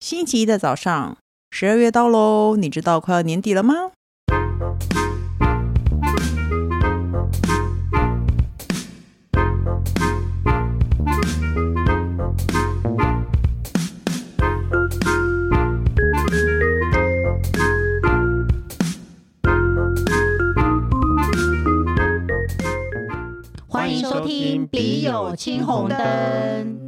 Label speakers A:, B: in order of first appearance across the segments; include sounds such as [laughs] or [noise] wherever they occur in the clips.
A: 星期一的早上，十二月到喽，你知道快要年底了吗？
B: 欢迎收听《笔友青红灯》。嗯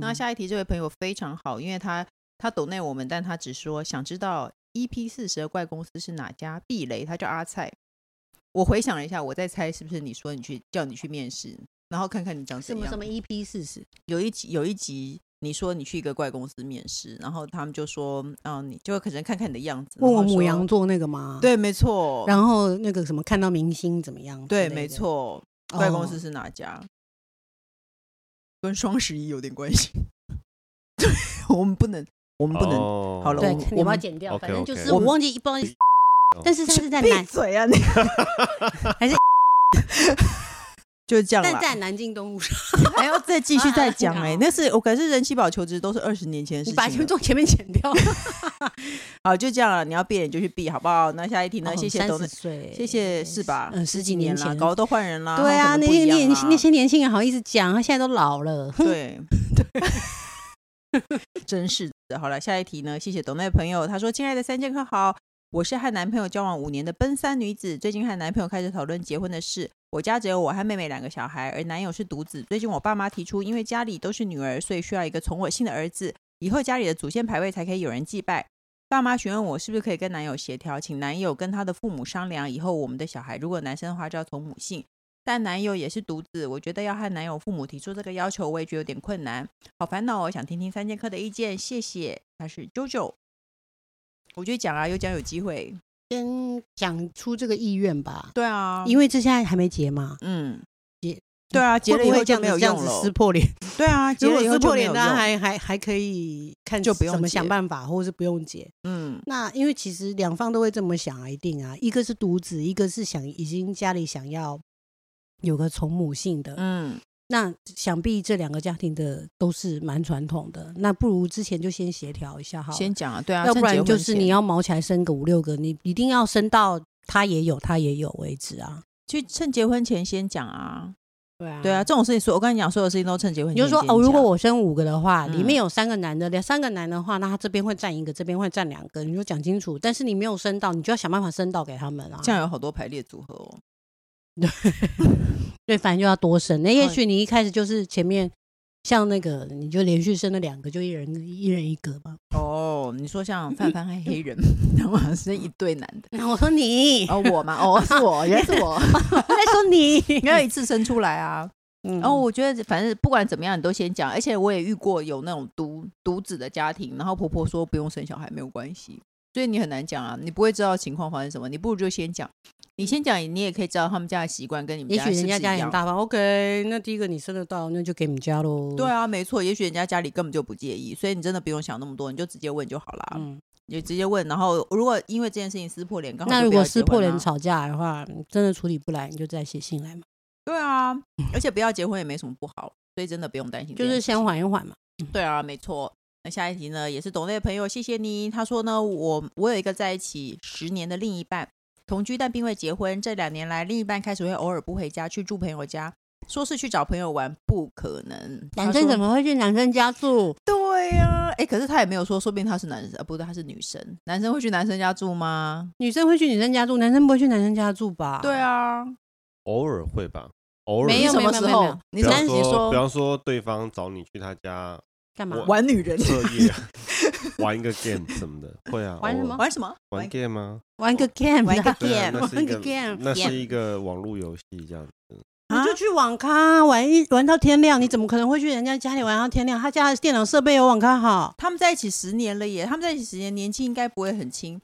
A: 那下一题，这位朋友非常好，因为他他抖内我们，但他只说想知道 EP 四十的怪公司是哪家避雷，他叫阿菜。我回想了一下，我在猜是不是你说你去叫你去面试，然后看看你长
B: 什
A: 怎
B: 么
A: 样。
B: 什么 EP 四十？
A: 有一集有一集你说你去一个怪公司面试，然后他们就说，啊，你就可能看看你的样子，
B: 问我
A: 然后说
B: 母羊，座那个吗？。
A: 对，没错，
B: 然后那个什么，看到明星怎么样？
A: 对，没。错，
B: 哦
A: 怪公司是哪家？跟双十一有点关系。 [laughs] 对，我们不能，我们不能。
C: 哦
A: 好了
B: 对
A: 我，
B: 你要不要
A: 们
B: 剪掉？
C: OK，
B: 反正就
C: OK
B: 是
A: 我
B: 我
A: 们
B: 忘记不好意思， [laughs] 但是他是在南
A: 闭，嘴啊！你
B: 还是
A: [laughs] 就这样
B: 但
A: 啦，
B: 在南京东路上，
A: 还要再继续再讲
B: 啊
A: 哎、
B: 好
A: 那是我可是人气宝求职都是二十年前的事情
B: 你
A: 了
B: 把前面从前面剪 [laughs] 掉。
A: 好，就这样了。你要避你就去避，好不好？那下一题呢？谢谢
B: 哦三
A: 董
B: 十
A: 事，
B: 岁，
A: 谢谢是吧？
B: 嗯，十几年
A: 啦，
B: 前。
A: 搞得都换人啦。
B: 对啊，
A: 然后
B: 那
A: 可能不
B: 些
A: 一样
B: 年
A: 啦
B: 那些年轻人好意思讲，他现在都老了。哼
A: 对 [laughs] 对，真是的。好了，下一题呢？谢谢董内的朋友，他说：“亲爱的三剑客好，我是和男朋友交往五年的奔三女子，最近和男朋友开始讨论结婚的事。我家只有我和妹妹两个小孩，而男友是独子。最近我爸妈提出，因为家里都是女儿，所以需要一个从我姓的儿子，以后家里的祖先牌位才可以有人祭拜。”爸妈询问我是不是可以跟男友协调，请男友跟他的父母商量，以后我们的小孩如果男生的话就要从母姓，但男友也是独子，我觉得要和男友父母提出这个要求，我也觉得有点困难，好烦恼哦。想听听三剑客的意见，谢谢。他是 JoJo，我觉得讲啊，有讲有机会。
B: 先讲出这个意愿吧，
A: 对啊，
B: 因
A: 为
B: 为这现在还没结嘛。
A: 嗯
B: 结，
A: 对啊，结了以
B: 会不
A: 后
B: 会这
A: 就
B: 样
A: 没
B: 子
A: 有
B: 这样
A: 用
B: 子
A: 了
B: 撕。破脸？
A: 对啊，结
B: 如
A: 了
B: 果
A: 以后
B: 撕
A: 就
B: 破
A: 没
B: 脸，
A: 有
B: 大家
A: 用。
B: 还还还可以看
A: 就不用
B: 怎么
A: 结
B: 想办法，或是不用结。
A: 嗯
B: 那因为其实两方都会这么想啊，一定啊，一个是独子，一个是想已经家里想要有个从母姓的。
A: 嗯，
B: 那想必这两个家庭的都是蛮传统的，那不如之前就先协调一下好了，
A: 先讲啊，对啊，
B: 要不
A: 趁结
B: 然
A: 婚
B: 就是
A: 前
B: 你要毛起来生个五六个，你一定要生到他也有他也有为止啊。
A: 去趁结婚前先讲啊。
B: 对啊
A: 对啊，，这种事情所我跟你讲，所有事情都趁结婚
B: 你
A: 前
B: 就
A: 先
B: 说
A: 讲。
B: 哦，如果我生五个的话，
A: 嗯
B: 里面有三个男的，两三个男的话，那他这边会占一个，这边会占两个，你就讲清楚。但是你没有生到，你就要想办法生到给他们啊。
A: 这样有好多排列组合哦。
B: 对，反正就要多生。那也
A: 对
B: 许你一开始就是前面像那个，你就连续生了两个，就一人一人一个吧。
A: 哦，你说 [laughs] 像范范和黑人，然后是一对男的。
B: 那 [laughs] 我说你，
A: 哦，我嘛，哦，是 [laughs] 我，原来是我，
B: 我在说你，
A: [laughs] 没有一次生出来啊。
B: 嗯
A: 然后我觉得，反正不管怎么样，你都先讲。而且我也遇过有那种独独子的家庭，然后婆婆说不用生小孩没有关系，所以你很难讲啊，你不会知道情况发生什么，你不如就先讲。你先讲，你也可以知道他们家的习惯跟你们
B: 也
A: 家
B: 许
A: 是
B: 人
A: 不是
B: 家
A: 一
B: 家里很
A: 样。
B: 大方，OK，那第一个你生得到，那就给你们家喽。
A: 对，啊，没错，也许人家家里根本就不介意，所以你真的不用想那么多，你就直接问就好啦。
B: 嗯，
A: 你就直接问，然后如果因为这件事情撕破脸，刚好
B: 那
A: 就
B: 如
A: 不要
B: 果
A: 结
B: 撕破
A: 婚
B: 脸
A: 啊
B: 吵架的话，你真的处理不来，你就再写信来嘛，
A: 对啊，而且不要结婚也没什么不好，所以真的不用担心这
B: [laughs] 就
A: 件
B: 是
A: 事情。
B: 先缓一缓嘛。
A: 对啊，没错。那下一题呢，也是董内的朋友，谢谢你。他说呢，我我有一个在一起十年的另一半，同居但并未结婚。这两年来，另一半开始会偶尔不回家，去住朋友家，说是去找朋友玩，不可能。
B: 男生怎
A: 么？
B: 么会去男生家住？
A: 对呀、哎，可是他也没有说，说不定他是男生，啊、不对，他是女生。男生会去男生家住吗？
B: 女生会去女生家住，男生不会去男生家住吧？
A: 对，啊，
C: 偶尔会吧，偶尔
B: 没有
A: 你什么
B: 没有
A: 时
B: 没有没
A: 候
B: 有？
A: 你
C: 比
A: 什么
C: 方
A: 时
C: 说，
A: 候
C: 比方说对方找你去他家
B: 干嘛
C: 我？
A: 玩 [laughs] 女人？
C: 彻
A: [laughs]
C: 夜玩一个 game 什么的，会啊，
B: 玩什
C: 偶尔
B: 么
A: 玩什么？
C: 玩 game 吗？
B: 玩个 game，
A: 玩一个
B: 啊
C: 对啊
A: game，
C: 那是一个
B: 玩个 game
C: 那是一个网络游戏这样子。
B: 你就去网咖啊玩一玩到天亮，你怎么可能会去人家家啊里玩到天亮？他家的电脑设备有网咖好，
A: 他们在一起十年了耶，他们在一起十年，年纪应该不会很轻。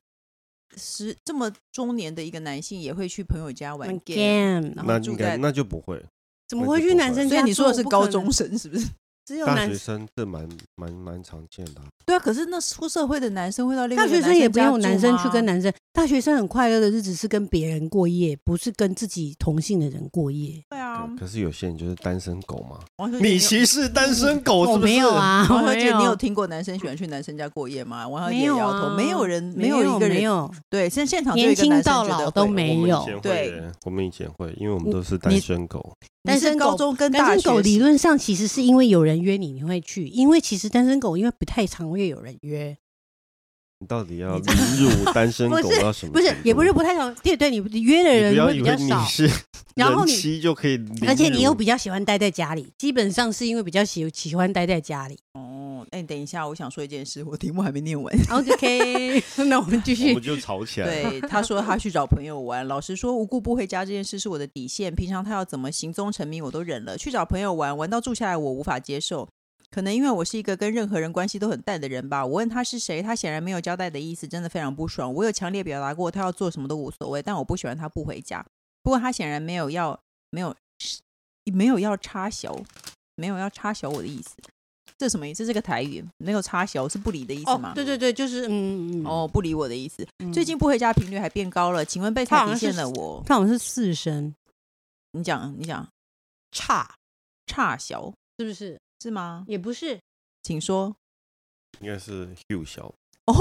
A: 十这么中年的一个男性也会去朋友家玩 game，然后
C: 那
A: 住
C: 应
A: 在
C: 该。那就不会，
B: 怎么会去男生家住？
A: 所以你说的是
B: 不可能
A: 高中，生是不是？
B: 只有
C: 大
B: 男
C: 学生这蛮蛮蛮常见的啊。
A: [laughs] 对啊，可是那出社会的男生会到另外
B: 大
A: 一个
B: 学生也不
A: 家
B: 用男生啊
A: 住
B: 去
A: 吗
B: 跟男生，大学生很快乐的日子是跟别人过夜，不是跟自己同性的人过夜。
A: 对啊，
C: 可是有些人就是单身狗嘛，
A: 王小姐
C: 你
A: 有
C: 歧视单身狗是
B: 我
C: 不是？
B: 没有，啊，
A: 王
B: 我
A: 小
B: 没
A: 姐，
B: 有，
A: 你有听过男生喜欢去男生家过夜吗？王小姐
B: 没有
A: 摇头，
B: 啊
A: 没有人，
B: 没
A: 有一个
B: 没
A: 人，
B: 有，
A: 对，现在现场就有
B: 年
A: 一个男
B: 轻
A: 生
B: 到
A: 觉得
B: 老
A: 会
B: 都
C: 哎我
B: 没
C: 们以
B: 有
C: 前。会
A: 对
C: 耶，我们以前会，因为我们都是
A: 你
C: 单身狗，
A: 你是
B: 单身狗
A: 高中跟
B: 单
A: 大
B: 身
A: 学
B: 狗理
A: 时
B: 论上其实是因为有人约你，你会去，因为其实单身狗因为不太常会有人约，
C: 你到底要
B: 你
C: 凌辱单身狗
B: 不是
C: 到什么程度？
B: 不是也不是不太常，对对，你你约的
C: 你
B: 人
C: 不要
B: 会
C: 以
B: 比
C: 为
B: 较
C: 你
B: 少，
C: 是
B: 然后
C: 人
B: 你
C: 妻就可以凌辱，
B: 而且你又比较喜欢待在家里，基本上是因为比较喜喜欢待在家
A: [laughs]
B: 里。
A: 哦，哎，你等一下，我想说一件事，我题目还没念完。
B: OK，那 [laughs] 我们继
C: 我
B: 续
C: 们。就吵起来了。
A: 对，他说他去找朋友玩，老实说，无故不回家这件事是我的底线。平常他要怎么行踪成名，我都忍了。去找朋友玩，玩到住下来，我无法接受。可能因为我是一个跟任何人关系都很淡的人吧。我问他是谁，他显然没有交代的意思，真的非常不爽。我有强烈表达过，他要做什么都无所谓，但我不喜欢他不回家。不过他显然没有要，没有，没有要插小，没有要插小我的意思。这什么意思？这是个台语，没有插小是不理的意思
B: 哦
A: 吗，？
B: 对对对，就是嗯，嗯
A: 哦，不理我的意思。
B: 嗯
A: 最近不回家频率还变高了，请问被
B: 他
A: 踩
B: 好
A: 底线
B: 像是
A: 的我，
B: 他好像是四声
A: 你讲你讲
B: 差，
A: 差小
B: 是不是？
A: 是吗？
B: 也不是，
A: 请说
C: 应该是 Hugh 小
A: 哦，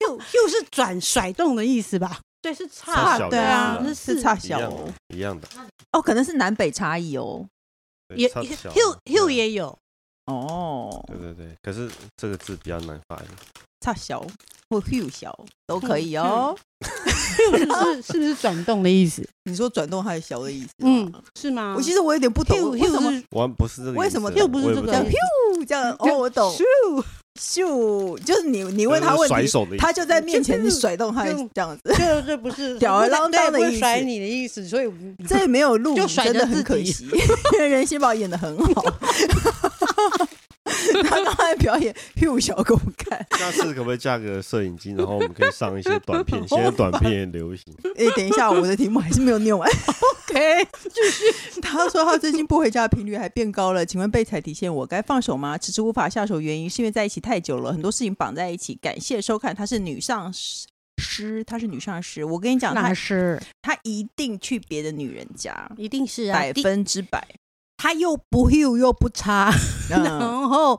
B: 又又是转甩动的意思吧？对，是
C: 差
B: [laughs] 差，
C: 小
B: 对
C: 的意
B: 啊
C: 思，啊
A: 是
B: 是四
A: 差
C: 一
A: 小
C: 样
A: 哦
C: 的，一样的，
A: 哦，可能是南北差异哦，
C: 对
B: 也
C: 差小
B: Hugh Hugh
C: 对
B: 也有，
A: 哦，
C: 对对对，可是这个字比较难发音。
A: 差小或 h u 小都可以
B: 嗯
A: 哦。
B: 是不是是不是转动的意思？
A: 你说转动还是小的意思？哦
B: 嗯，，是吗？
A: 我其实我有点不懂
B: Hugh
A: 为什么
B: Hugh 是
C: 我不是这个意思啊，
A: 为什么
B: 又不是
C: 我也
B: 这个
A: 叫
C: 懂
B: 意思
A: h 这样？哦，我懂
B: 咻，
A: 咻，就是你你问他
C: 就是
A: 问
C: 嗯甩
A: 题，
C: 手的意思，
A: 他就在面前你
B: Hugh
A: 甩动他的
B: Hugh
A: 这样子，
B: 这这不是
A: 吊儿郎当的
B: 对不
A: 意
B: 是
A: 思
B: 甩你的意思，所以 [laughs]
A: 这也没有录
B: 就
A: 影，
B: 甩
A: 真的
B: 着
A: 很
B: 自
A: 可
B: 己 [laughs]
A: 惜。因为任心宝演的很好，他刚才表演屁股小给我们看。
C: 下次可不可以架个摄影机，然后我们可以上一些短片？现在短片也流行，
A: 哎、等一下，我的题目还是没有
B: [laughs]
A: 念完。OK，就是他说他最近不回家的频率还变高了，请问被踩底线我该放手吗？迟迟无法下手，原因是因为在一起太久了，很多事情绑在一起。感谢收看，她是女上师，她是女上师。我跟你讲，她
B: 是
A: 她一定去别的女人家，
B: [laughs] 一定是啊，
A: 百
B: 第
A: 分之
B: [laughs]
A: 百。
B: 他又不 Hugh 又不差，
A: 嗯，
B: 然后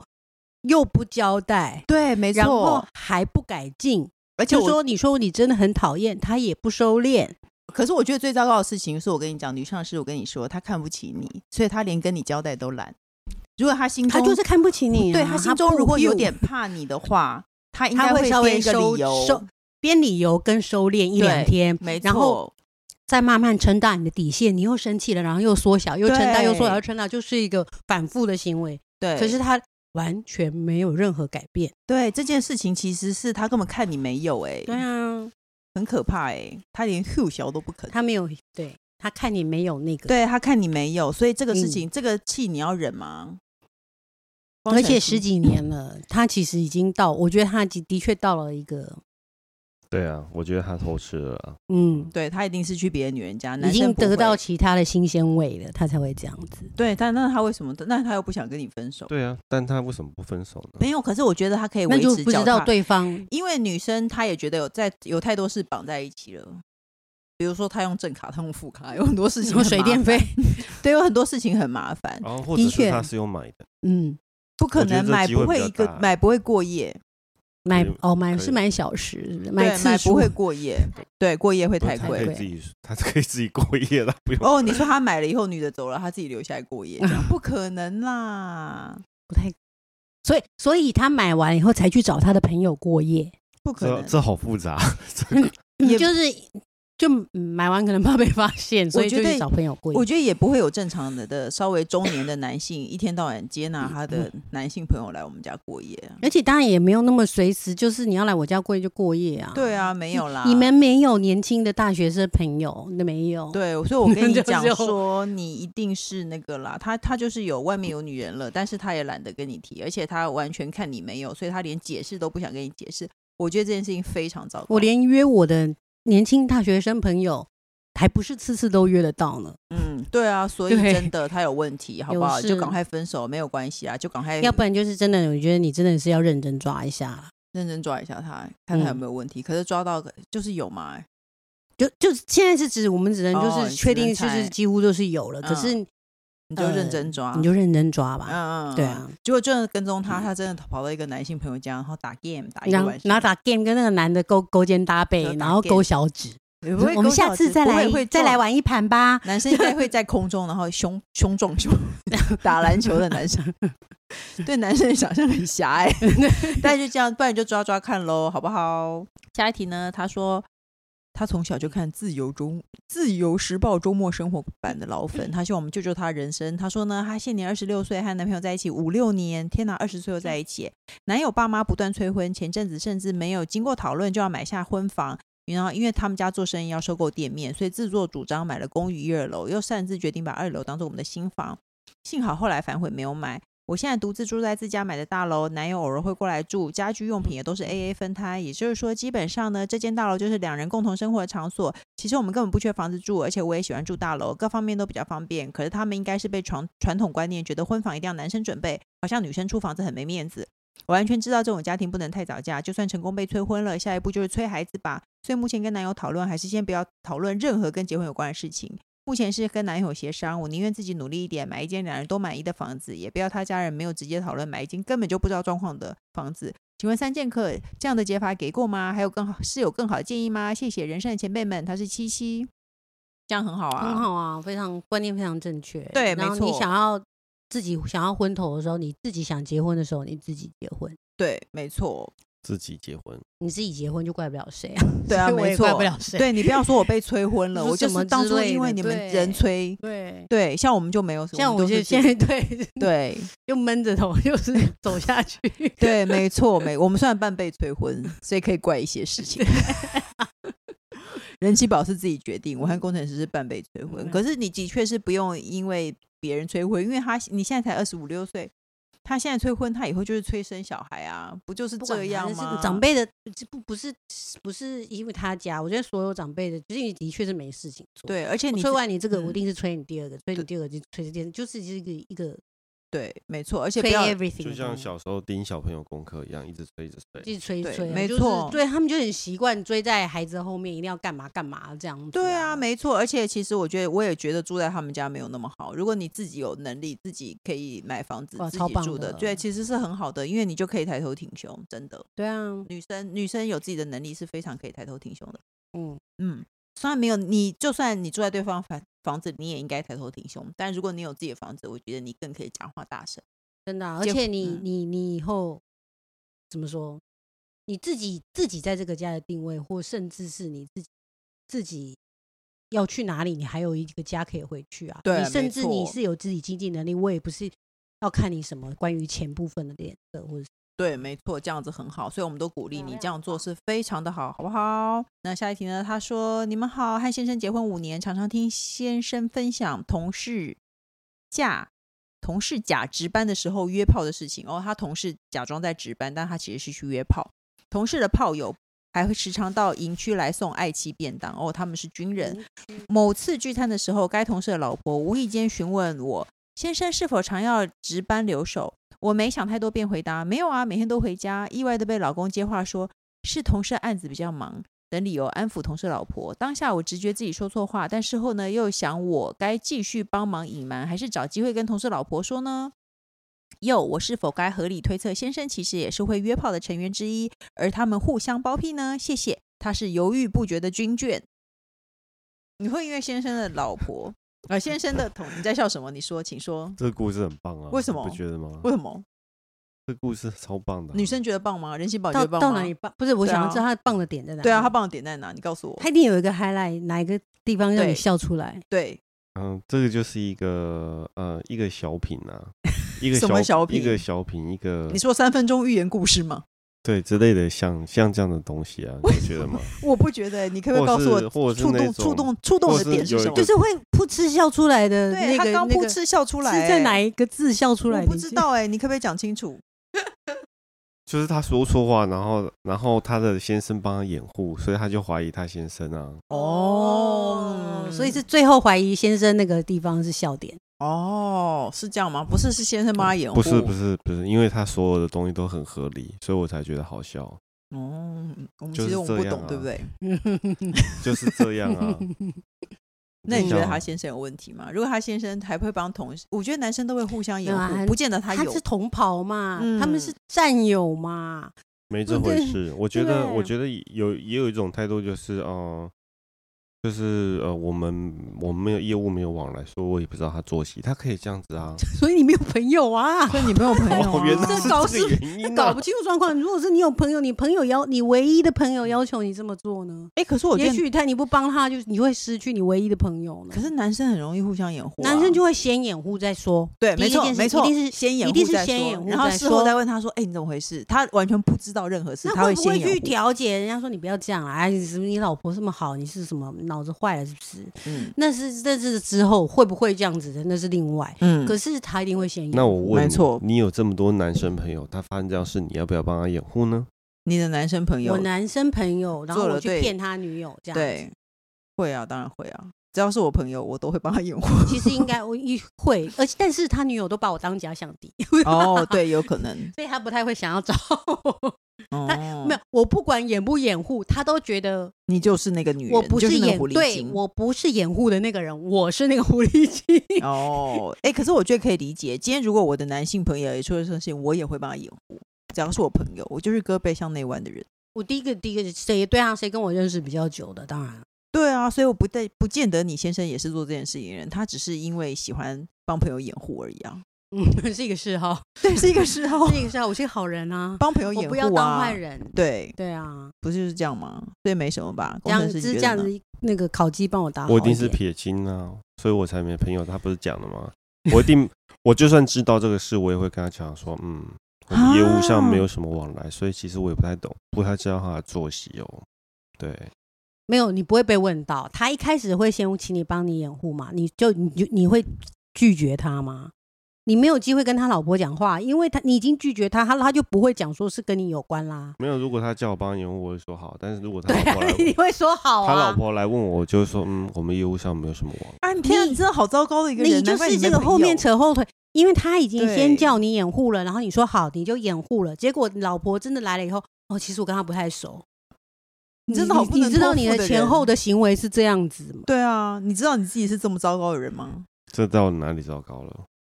B: 又不交代，
A: 对，没
B: 然后。还不改进，
A: 而且
B: 就
A: 我
B: 说你说你真的很讨厌，他也不收敛，
A: 可是我觉得最糟糕的事情是我跟你讲，女上司我跟你说，她看不起你，所以她连跟你交代都懒。如果她心中
B: 他就是看不起你啊、
A: 对她心中如果有
B: 不 Hugh
A: 点怕你的话，
B: [laughs]
A: 她应该
B: 他会稍
A: 编
B: 微
A: 一个
B: 收
A: 理由
B: 收，编理由跟收敛一两
A: 对
B: 天，
A: 没错。
B: 然后再慢慢撑大你的底线，你又生气了，然后又缩小，又撑大，
A: 对
B: 又缩小，又撑大，就是一个反复的行为。
A: 对，
B: 可是他完全没有任何改变。
A: 对这件事情其实是她根本看你没有哎、
B: 啊，
A: 很可怕哎、她连 h u 小都不肯。
B: 他没有，对他看你没有那个，
A: 对她看你没有，所以这个
B: 嗯
A: 事情，这个气你要忍吗？光
B: 而
A: 成
B: 且
A: 气
B: 十几年了，他其实已经到，我觉得他的确到了一个，
C: 对啊，我觉得他偷吃了啊，
B: 嗯，
A: 对她一定是去别的女人家，
B: 已
A: 男
B: 经
A: 生不
B: 得
A: 会
B: 到其他的新鲜味了，他才会这样子。
A: 对，但那她为什么？那她又不想跟你分手？
C: 对啊，但他为什么不分手呢？
A: 没有，可是我觉得她可以维
B: 那就
A: 持
B: 不
A: 脚
B: 知道
A: 踏
B: 对方
A: 因为女生她也觉得有在有太多事绑在一起了，比如说她用正卡，她用副卡，有很多事情
B: 什么
A: 很
B: 水
A: 麻
B: 电
A: 烦，
B: 费，
A: [laughs]
B: 哦
A: 对，有很多事情很麻烦，
C: 然哦后或者
B: 的
C: 是
B: 确
C: 他是有买的，
B: 嗯，
A: 不可
C: 我觉得
A: 能
C: 这
A: 买
C: 机
A: 不
C: 会
A: 会
C: 比较
A: 一个
C: 大
A: 买不会过夜，
B: 买
C: 可以
B: 哦买
C: 可以
B: 是买小时，是不是
A: 对，
B: 次
A: 买
B: 数
A: 不会过
B: [laughs]
A: 夜，对，过夜会太
C: 他
B: 太
C: 可
A: 贵
C: 以。
B: 贵
C: 自己，他可以自己过夜了，不用。
A: 哦，你说她买了以后女的走了，她自己留下来过夜，这
B: [laughs]
A: 样不可能啦，
B: 不太，所以所以他买完以后才去找他的朋友过夜，
A: 不可
C: 这
A: 能。
C: 这好复杂，啊
A: 也
B: 你就是就嗯买完可能怕被发现，所以
A: 觉
B: 就
A: 得
B: 去找朋友过夜
A: 我。觉得也不会有正常的的稍微中年的男性一天到晚接纳
B: 嗯
A: 他的男性朋友来我们家过夜啊。
B: 而且当然也没有那么随时，就是你要来我家过夜就过夜啊。
A: 对啊，没有啦。
B: 你们没有年轻的大学生朋友，那没有。
A: 对，所以我跟你
B: 就
A: 讲
B: 是有
A: 说，你一定是那个啦。他他就是有外面有女人了，但是他也懒得跟你提，而且他完全看你没有，所以他连解释都不想跟你解释。我觉得这件事情非常糟糕。
B: 我连约我的年轻大学生朋友，还不是次次都约得到呢。
A: 嗯，对啊，所以
B: 对
A: 真的他有问题，好不
B: 有
A: 好？就
B: 事
A: 赶快分手，没有关系啊，就赶快
B: 要不然就是真的，我觉得你真的是要认真抓一下啦，
A: 认真抓一下他，看他有
B: 嗯
A: 没有问题。可是抓到个就是有嘛、欸
B: 就就是现在是指我们只能
A: 哦
B: 就
A: 你只
B: 是确
A: 能
B: 定就
A: 猜
B: 是几乎都是有了，可
A: 嗯
B: 是
A: 你就认
B: 呃
A: 真抓，
B: 你就认真抓吧。
A: 嗯嗯，
B: 对
A: 嗯。
B: 啊，嗯
A: 结果真的跟踪他，他真的跑到一个男性朋友家，然后打 game 打一
B: 然
A: 个
B: 后
A: 晚
B: 然后
A: 上。
B: 打 game 跟那个男的勾勾肩搭
A: 就
B: 背，
A: 打
B: 然后
A: game
B: 勾小指。
A: 也不会
B: 我们
A: 勾
B: 下
A: 小
B: 次
A: 指
B: 再
A: 不
B: 来
A: 会会
B: 再来
A: 撞
B: 玩一盘吧。
A: 男生应该会在空中，然后胸胸撞胸， [laughs] 打篮球的男生， [laughs] 对男生的想象很狭隘，但是就这样，不然就抓抓看喽，好不好？下一题呢？他说他从小就看《自由中自由时报》周末生活版的老粉，他希望我们救救他人生。他说呢，他现年二十六岁，和男朋友在一起五六年，天哪，二十岁又在一起，男友爸妈不断催婚，前阵子甚至没有经过讨论就要买下婚房。然后，因为他们家做生意要收购店面，所以自作主张买了公寓一二楼，又擅自决定把二楼当做我们的新房。幸好后来反悔没有买。我现在独自住在自家买的大楼，男友偶尔会过来住，家居用品也都是 A A 分摊。也就是说，基本上呢，这间大楼就是两人共同生活的场所。其实我们根本不缺房子住，而且我也喜欢住大楼，各方面都比较方便。可是他们应该是被传传统观念觉得婚房一定要男生准备，好像女生出房子很没面子。我完全知道这种家庭不能太早嫁，就算成功被催婚了，下一步就是催孩子吧。所以目前跟男友讨论，还是先不要讨论任何跟结婚有关的事情。目前是跟男友协商，我宁愿自己努力一点，买一间两人都满意的房子，也不要他家人没有直接讨论买一间根本就不知道状况的房子。请问三剑客这样的解法给过吗？还有更好是有更好的建议吗？谢谢人生的前辈们，他是七七，这样很好啊，
B: 很好啊，非常观念非常正确。
A: 对
B: 然
A: 没
B: 后你
A: 错
B: 想要自己想要婚头的时候，你自己想结婚的时候，你自己结婚，
A: 对，没错，
C: 自己结婚，
B: 你自己结婚就怪不了谁啊。
A: 对啊，
B: 所以 [laughs] 我
A: 没
B: 也
A: 错，
B: 怪不了谁。
A: 对你不要说我被催婚了，
B: 说
A: 我就
B: 什么
A: 是当
B: 之
A: 初
B: 类
A: 因为
B: 的
A: 你们
B: 对
A: 人催，
B: 对，
A: 对，像我们就没有，
B: 像我
A: 们都
B: 就是现在对 [laughs]
A: 对
B: 又闷着头，
A: [laughs]
B: 就是走下去。
A: 对，没错，没我们虽然半被催婚，所以可以怪一些事情。 [laughs] 人气宝是自己决定，我和工程师是半被催婚。
B: 嗯
A: 可是你的确是不用因为别人催婚，因为他你现在才二十五六岁，他现在催婚，他以后就是催生小孩啊，不就是
B: 不管
A: 这
B: 他
A: 样
B: 这是
A: 吗？
B: 长辈的这不不是不是因为他家，我觉得所有长辈的，就是你的确是没事情做。，
A: 对，而且你自
B: 催完你这个，
A: 嗯
B: 我一定是催你第二个，催
A: 对
B: 你第二个就催第二个，就是一个一个
A: 对，没错，而且不
B: 催
A: 要
B: everything，
C: 就
B: 的
C: 像
B: 东西
C: 小时候盯小朋友功课一样，一直催一直
B: 一
C: 催。
B: 直催一
A: 对
B: 催啊，
A: 没
B: 就是
A: 错
B: 对他们就很习惯追在孩子后面，一定要干嘛干嘛这样子、
A: 对啊，没错，而且其实我觉得，我也觉得住在他们家没有那么好。如果你自己有能力，自己可以买房子
B: 哇
A: 自
B: 超
A: 己
B: 棒
A: 住的，
B: 的
A: 对，其实是很好的，因为你就可以抬头挺胸，真的。
B: 对啊，
A: 女生女生有自己的能力是非常可以抬头挺胸的。
B: 嗯，
A: 嗯，虽然没有你，就算你住在对方房房子，你也应该抬头挺胸。但如果你有自己的房子，我觉得你更可以讲话大声。
B: 真的啊、而
A: 结
B: 且你、
A: 嗯
B: 你你以后怎么说？你自己自己在这个家的定位，或甚至是你自己自己要去哪里，你还有一个家可以回去啊。
A: 对
B: 你
A: 没
B: 甚至你
A: 错
B: 是有自己经济能力，我也不是要看你什么关于钱部分的脸色，或者是
A: 对，没错，这样子很好，所以我们都鼓励
B: 对啊
A: 你
B: 非
A: 这样
B: 常
A: 做
B: 棒
A: 是非常的好，好不好？那下一题呢？他说：“你们好，和先生结婚五年，常常听先生分享同事假同事假值班的时候约炮的事情。哦，他同事假装在值班，但他其实是去约炮。同事的炮友还会时常到营区来送爱妻便当。哦，他们是军人。某次聚餐的时候，该同事的老婆无意间询问我先生是否常要值班留守，我没想太多，便回答没有啊，每天都回家。意外的被老公接话说是同事案子比较忙。等理由安抚同事老婆。当下我直觉自己说错话，但事后呢又想我该继续帮忙隐瞒，还是找机会跟同事老婆说呢？又，我是否该合理推测先生其实也是会约炮的成员之一，而他们互相包庇呢？谢谢，他是犹豫不决的军眷。你会因为先生的老婆，呃，先生的同，你在笑什么？你说，请说，
C: 这个故事很棒啊！
A: 为什么
C: 你不觉得吗？
A: 为什么？
C: 这故事超棒的啊、
A: 女生觉得棒吗？人心宝觉得
B: 到
A: 哦棒吗？
B: 到哪里棒？不是，我
A: 对
B: 想要
A: 啊
B: 知道他棒的点在哪里。
A: 对啊，他棒的点在哪？你告诉我
B: 他。一定有一个 highlight，哪一个地方让
A: 对
B: 你笑出来？
A: 对，
C: 嗯，这个就是一个呃一个小品啊，
A: [laughs]
C: 一个
A: 什么小
C: 一
A: 品
C: 个小品，一个
A: 你说三分钟寓言故事吗？
C: 对之类的，像像这样的东西啊，
A: 为
C: 你觉得吗？
A: [laughs] 我不觉得，你可不可以
C: 或
A: 告
C: 是
A: 诉我
C: 或者是
A: 触
C: 那
A: 动
C: 种
A: 触动触动
C: 或
A: 的
C: 是
A: 点是
C: 有
A: 什
C: 一
A: 么？
B: 就是会噗嗤笑出来的
A: 对
B: 那
A: 他
B: 个，
A: 刚
B: 那
A: 噗
B: 个
A: 嗤笑出来、
B: 是在
A: 哎
B: 哪一个字笑出来？
A: 我不知。道哎、你可不可以讲清楚？
C: 就是他说错话，然后然后他的先生帮他掩护，所以他就怀疑他先生啊。
A: 哦
B: 哦，所以
A: 嗯
B: 是最后怀疑先生那个地方是笑点。
A: 哦，是这样吗？不是，
C: 嗯
A: 是先生帮他掩护。
C: 不是不是不是，因为他所有的东西都很合理，所以我才觉得好笑。
A: 哦，嗯我们其
C: 就
A: 实
C: 是
A: 我们不
C: 这样
A: 懂，对不
C: 啊
A: 对？
C: 就是这样啊。
A: [laughs] 那你觉得
C: 像
A: 他先生有问题吗？如果他先生还会帮同事，我觉得男生都会互相掩
B: 没有
A: 护，
B: 啊
A: 不见得他
B: 他
A: 有
B: 是。同袍嘛，他们
A: 嗯
B: 是战友嘛， [laughs]
C: 没这回事？我觉
B: 嗯对
C: 得，我觉得有也有一种态度，就是哦、呃就是呃，我们我们没有业务没有往来，所以我也不知道他作息，他可以这样子啊。
B: 所以你没有朋友啊，
A: 所以你没有朋 [laughs] 友
C: 哦，原来
A: 啊？
C: 是
B: 搞
C: 这个
B: 事
C: 原因
B: 搞
C: 啊
B: 不！清楚状况。如果是你有朋友，你朋友要你唯一的朋友要求你这么做呢？
A: 哎，可是我觉
B: 也
A: 得，
B: 许他你不帮他，就是你会失去你唯一的朋友呢。
A: 可是男生很容易互相掩护啊。
B: 男生就会先掩护再说，
A: 对，
B: 第
A: 没
B: 一
A: 错
B: 件，事
A: 没错，
B: 一定是
A: 先掩
B: 一
A: 护
B: 定是
A: 再
B: 先
A: 说
B: 掩护
A: 然后
B: 再
A: 事后
B: 说
A: 再问他说：“哎，你怎么回事？”他完全不知道任何事，
B: 那
A: 他
B: 会不
A: 先
B: 会
A: 掩
B: 去
A: 护。
B: 调解？人家说你不要这样啊，哎你是不是你老婆这么好，你是什么脑子坏了是不是？
A: 嗯
B: 那是那是之后会不会这样子的，那是另外。
A: 嗯，
B: 可是他一定会先掩护。
C: 那我问
A: 没
C: 你
A: 错，
C: 你有这么多男生朋友，他发生这样事，你要不要帮他掩护呢？
A: 你的男生朋友
B: 我男生朋友，然后
A: 做了
B: 我去
A: 对
B: 骗他女友，这样子
A: 对，会啊，当然会啊。只要是我朋友，我都会帮他掩护。
B: 其实应该我一会，而且但是他女友都把我当
A: [laughs]
B: 假想敌，
A: 哦，对，有可能。
B: 所以他不太会想要找我。
A: [laughs] 哦，
B: 没有，我不管掩不掩护，他都觉得
A: 你就是那个女人，
B: 我不
A: 你就是那个
B: 掩
A: 狐狸
B: 对，
A: 精
B: 我不是掩护的那个人，我是那个狐狸精。
A: 哦，哎、可是我觉得可以理解。今天如果我的男性朋友也出了这种事情，我也会帮他掩护。只要是我朋友，我就是胳膊向内弯的人。
B: 我第一个第一个谁对啊，谁跟我认识比较久的，当然
A: 对啊，所以我不但不见得你先生也是做这件事情的人，他只是因为喜欢帮朋友掩护而已啊。 [laughs]
B: 嗯， [laughs] 是一个嗜好，
A: 对，是一个嗜好，
B: 是一个嗜好。我是个好人啊，
A: 帮朋友
B: 我
A: 掩护啊。
B: 不要当坏人。
A: 对，
B: 对啊，
A: 不是就是这样吗？所以没什么吧。
B: 这
A: 工
B: 样
A: 程
B: 子
A: 师
B: 这
A: 你觉
B: 样
A: 得呢
B: 子，那个烤鸡帮我打好
C: 我一定是
B: 点
C: 撇清啊，所以我才没朋友。他不是讲了吗？我一定，我就算知道这个事，我也会跟他讲说，嗯，我们业务上
B: 啊
C: 没有什么往来，所以其实我也不太懂，不太知道他的作息哦。对，
B: 没有，你不会被问到。他一开始会先请你帮你掩护嘛？你就你就你会拒绝他吗？你没有机会跟他老婆讲话，因为他你已经拒绝他，他他就不会讲说是跟你有关啦。
C: 没有。如果他叫我帮他掩护，我会说好；但是如果他
B: 对
C: 老啊
B: 啊
C: 婆来，
B: [laughs] 你
C: 问，
B: 会说好
C: 他老
B: 啊。
C: 婆来问我，我就会说，嗯，我们业务上没有什么往来。
A: 啊，你天啊，
B: 你
A: 你真的好糟糕的一个人，啊
B: 你就
A: 难怪
B: 是这
A: 没
B: 个
A: 朋
B: 后面
A: 友
B: 扯后腿，因为他已经
A: 对
B: 先叫你掩护了，然后你说好，你就掩护了。结果老婆真的来了以后，哦，其实我跟他不太熟。
A: 你真的好不
B: 你
A: 能
B: 知道
A: 托
B: 你
A: 付
B: 的
A: 的
B: 前
A: 人
B: 后的行为是这样子吗？
A: 对啊，你知道你自己是这么糟糕的人吗？
C: 这到底哪里糟糕了？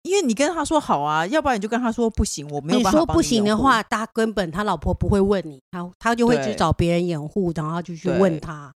C: 因
A: 因为你跟他说好啊，要不然你就跟他说不行，我没有
B: 你
A: 办法
B: 说
A: 帮
B: 不行
A: 掩
B: 的
A: 护
B: 话，他根本他老婆不会问你，他他就会去
A: 对
B: 找别人掩护，然后他就去
A: 对
B: 问他，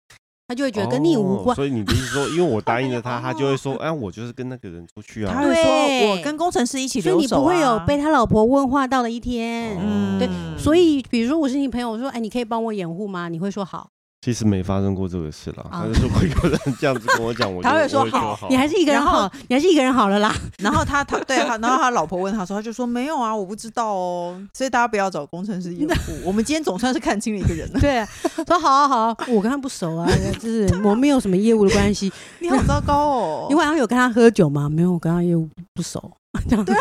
B: 他就会觉得跟你无
C: 哦
B: 关。
C: 所以你的意思说，因为我答应
B: [laughs]
C: 了
B: 哦
C: 他，他就会说，哎，我就是跟那个人出去
A: 他
C: 啊。
A: 会说
B: 对
A: 我跟工程师一起
B: 所以
A: 留
B: 你
A: 手、啊，
B: 不会有被他老婆问话到的一天。
A: 嗯
B: 对
C: 哦
B: 所以，比如说我是你朋友，我说，哎，你可以帮我掩护吗？你会说好，
C: 其实没发生过这个事啦。
B: 啊
C: 但是如果有人这样子跟我讲，我就
A: 他会
C: 我
A: 说
C: 会说
A: 好
C: 好，
B: 你还是一个人
A: 然后
B: 好，你还是一个人好了啦。
A: 然后他他对他，然后他老婆问他说，他就说没有啊，我不知道哦，所以大家不要找工程师掩护。我们今天总算是看清了一个人
B: [laughs]
A: 了，
B: 对，说好啊好啊，我跟他不熟啊，就是 [laughs] 我们没有什么业务的关系。
A: 你好糟糕哦，
B: 你晚上有跟他喝酒吗？没有，我跟他业务不熟。这样
A: 对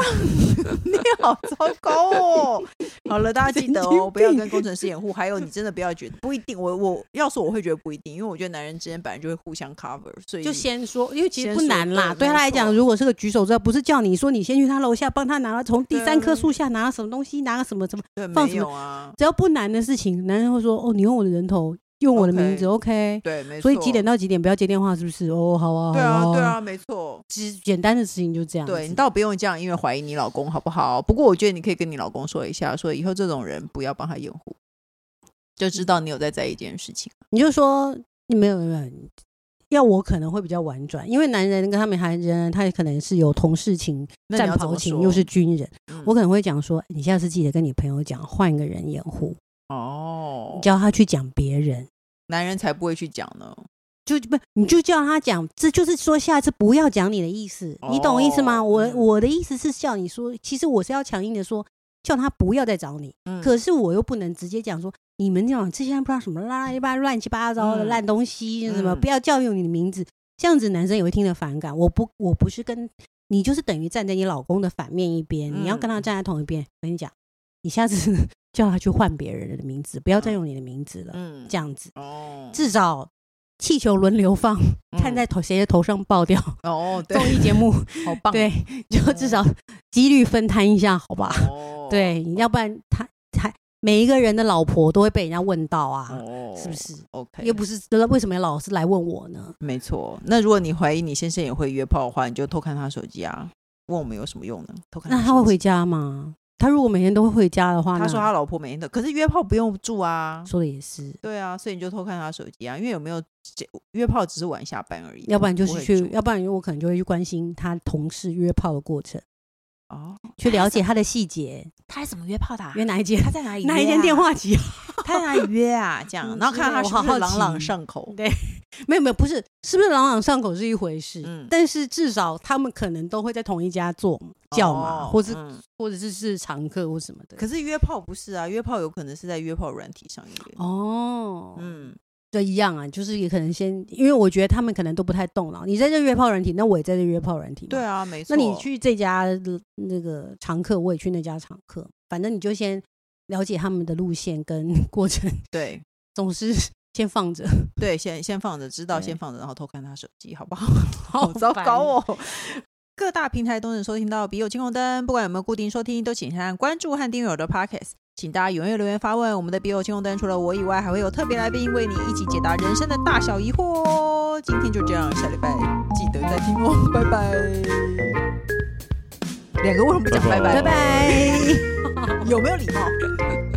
A: 你好糟糕哦。
B: [laughs]
A: 好了，大家记得
B: 神经
A: 哦，
B: 病
A: 不要跟工程师掩护。还有，你真的不要觉得不一定，我我要说我会觉得不一定，因为我觉得男人之间本来就会互相 cover，所以
B: 就先说，因为其实
A: 先
B: 不
A: 说
B: 难啦。
A: 对
B: 对他
A: 没
B: 来
A: 错
B: 讲，如果是个举手之劳，不是叫你说你先去他楼下帮他拿，从第三棵
A: 对
B: 树下拿什么东西，拿什么什么，
A: 对
B: 放
A: 没
B: 什么
A: 有啊，
B: 只要不难的事情，男人会说：“哦，你用我的人头，用我的名字，OK。
A: 对没错。
B: 所以几点到几点不要接电话，是不是？哦，好啊，
A: 对啊
B: 好，
A: 对，啊，没错。
B: 其实简单的事情就这样子。
A: 对你倒不用这样，因为怀疑你老公好不好？不过我觉得你可以跟你老公说一下，说以后这种人不要帮他掩护，就知道你有在在意这件事情。啊
B: 你就说没有没有，要我可能会比较婉转，因为男人跟他们还人，他也可能是有同事情、
A: 那你
B: 战
A: 要怎
B: 袍
A: 么
B: 情，
A: 说
B: 又是军人，
A: 嗯
B: 我可能会讲说：你下次记得跟你朋友讲，换个人掩护，
A: 哦，
B: 叫他去讲别人。”
A: 男人才不会去讲呢。
B: 就不，你就叫他讲，这就是说下次不要讲你的意思，你懂意思吗？
A: 哦
B: 我
A: 嗯
B: 我的意思是叫你说，其实我是要强硬的说，叫他不要再找你，
A: 嗯
B: 可是我又不能直接讲说你们这种这些人不知道什么啦啦吧乱七八糟的
A: 嗯
B: 烂东西，什么
A: 嗯
B: 不要叫用你的名字，这样子男生也会听得反感。我不我不是跟你就是等于站在你老公的反面一边，你要跟他
A: 嗯
B: 站在同一边。我跟你讲，你下次 [laughs] 叫他去换别人的名字，不要再用你的名字了，
A: 嗯
B: 这样子。
A: 哦，
B: 至少气球轮流放，看在头谁的头上爆掉。
A: 嗯哦，嗯对嗯
B: 综，艺节目
A: 好棒，啊
B: 对， [laughs] 就至少几率分摊一下，好吧？
A: 哦，
B: 对，要不然他他每一个人的老婆都会被人家问到啊，
A: 哦
B: 是不是？
A: ？OK，
B: 又不是为什么老是来问我呢？
A: 没错。那如果你怀疑你先生也会约炮的话，你就偷看他手机啊，问我们有什么用呢？偷看
B: 那
A: 手
B: 他会
A: 机
B: 回家吗？他如果每天都会回家的话，
A: 他
B: 那
A: 说他老婆每天都，可是约炮不用住啊。
B: 说的也是，
A: 对啊，所以你就偷看他手机啊，因为有没有这约炮只是晚下班而已，
B: 要不然就
A: 不
B: 是
A: 会
B: 去
A: 住，
B: 要不然我可能就会去关心他同事约炮的过程，
A: 哦，
B: 去了解他的细
A: [laughs]
B: 节，
A: 他是怎么约炮的、啊
B: 约哪一间
A: 他在啊哪里、
B: [laughs] 哪一间电？话啊几号？
A: 他在哪里约啊？这样，
B: 嗯
A: 然后
B: 之
A: 看
B: 类
A: 他
B: 我
A: 是
B: 好
A: 不是
B: 好
A: 朗朗
B: 奇
A: 上口。
B: 对，没有没有，不是，是不是朗朗上口是一回事，
A: 嗯
B: 但是至少他们可能都会在同一家做嘛叫嘛，
A: 哦
B: 或是、
A: 嗯
B: 或者是是常客或什么的。
A: 可是约炮不是啊，约炮有可能是在约炮软体上约。
B: 哦，
A: 嗯，
B: 这一样啊，就是也可能先，因为我觉得他们可能都不太动脑。你在这约炮软体，那我也在这约炮软体。
A: 对，啊，没错。
B: 那你去这家呃那个常客，我也去那家常客，反正你就先了解他们的路线跟 [laughs] 过程，
A: 对
B: 总是先放着。
A: 对，先先放着，知道
B: 对
A: 先放着，然后偷看他手机，好不好？
B: [laughs] 好
A: 糟
B: 烦
A: 糕！哦！各大平台都能收听到《笔友青红灯》，不管有没有固定收听，都请先按关注和订阅我的 Podcast。请大家踊跃留言发问。我们的《笔友青红灯》除了我以外，还会有特别来宾为你一起解答人生的大小疑惑哦。今天就这样，下礼拜记得再听哦，拜拜。两个为什么不讲拜
C: 拜
B: 拜
A: 拜？
B: 拜。
A: 有没有礼貌？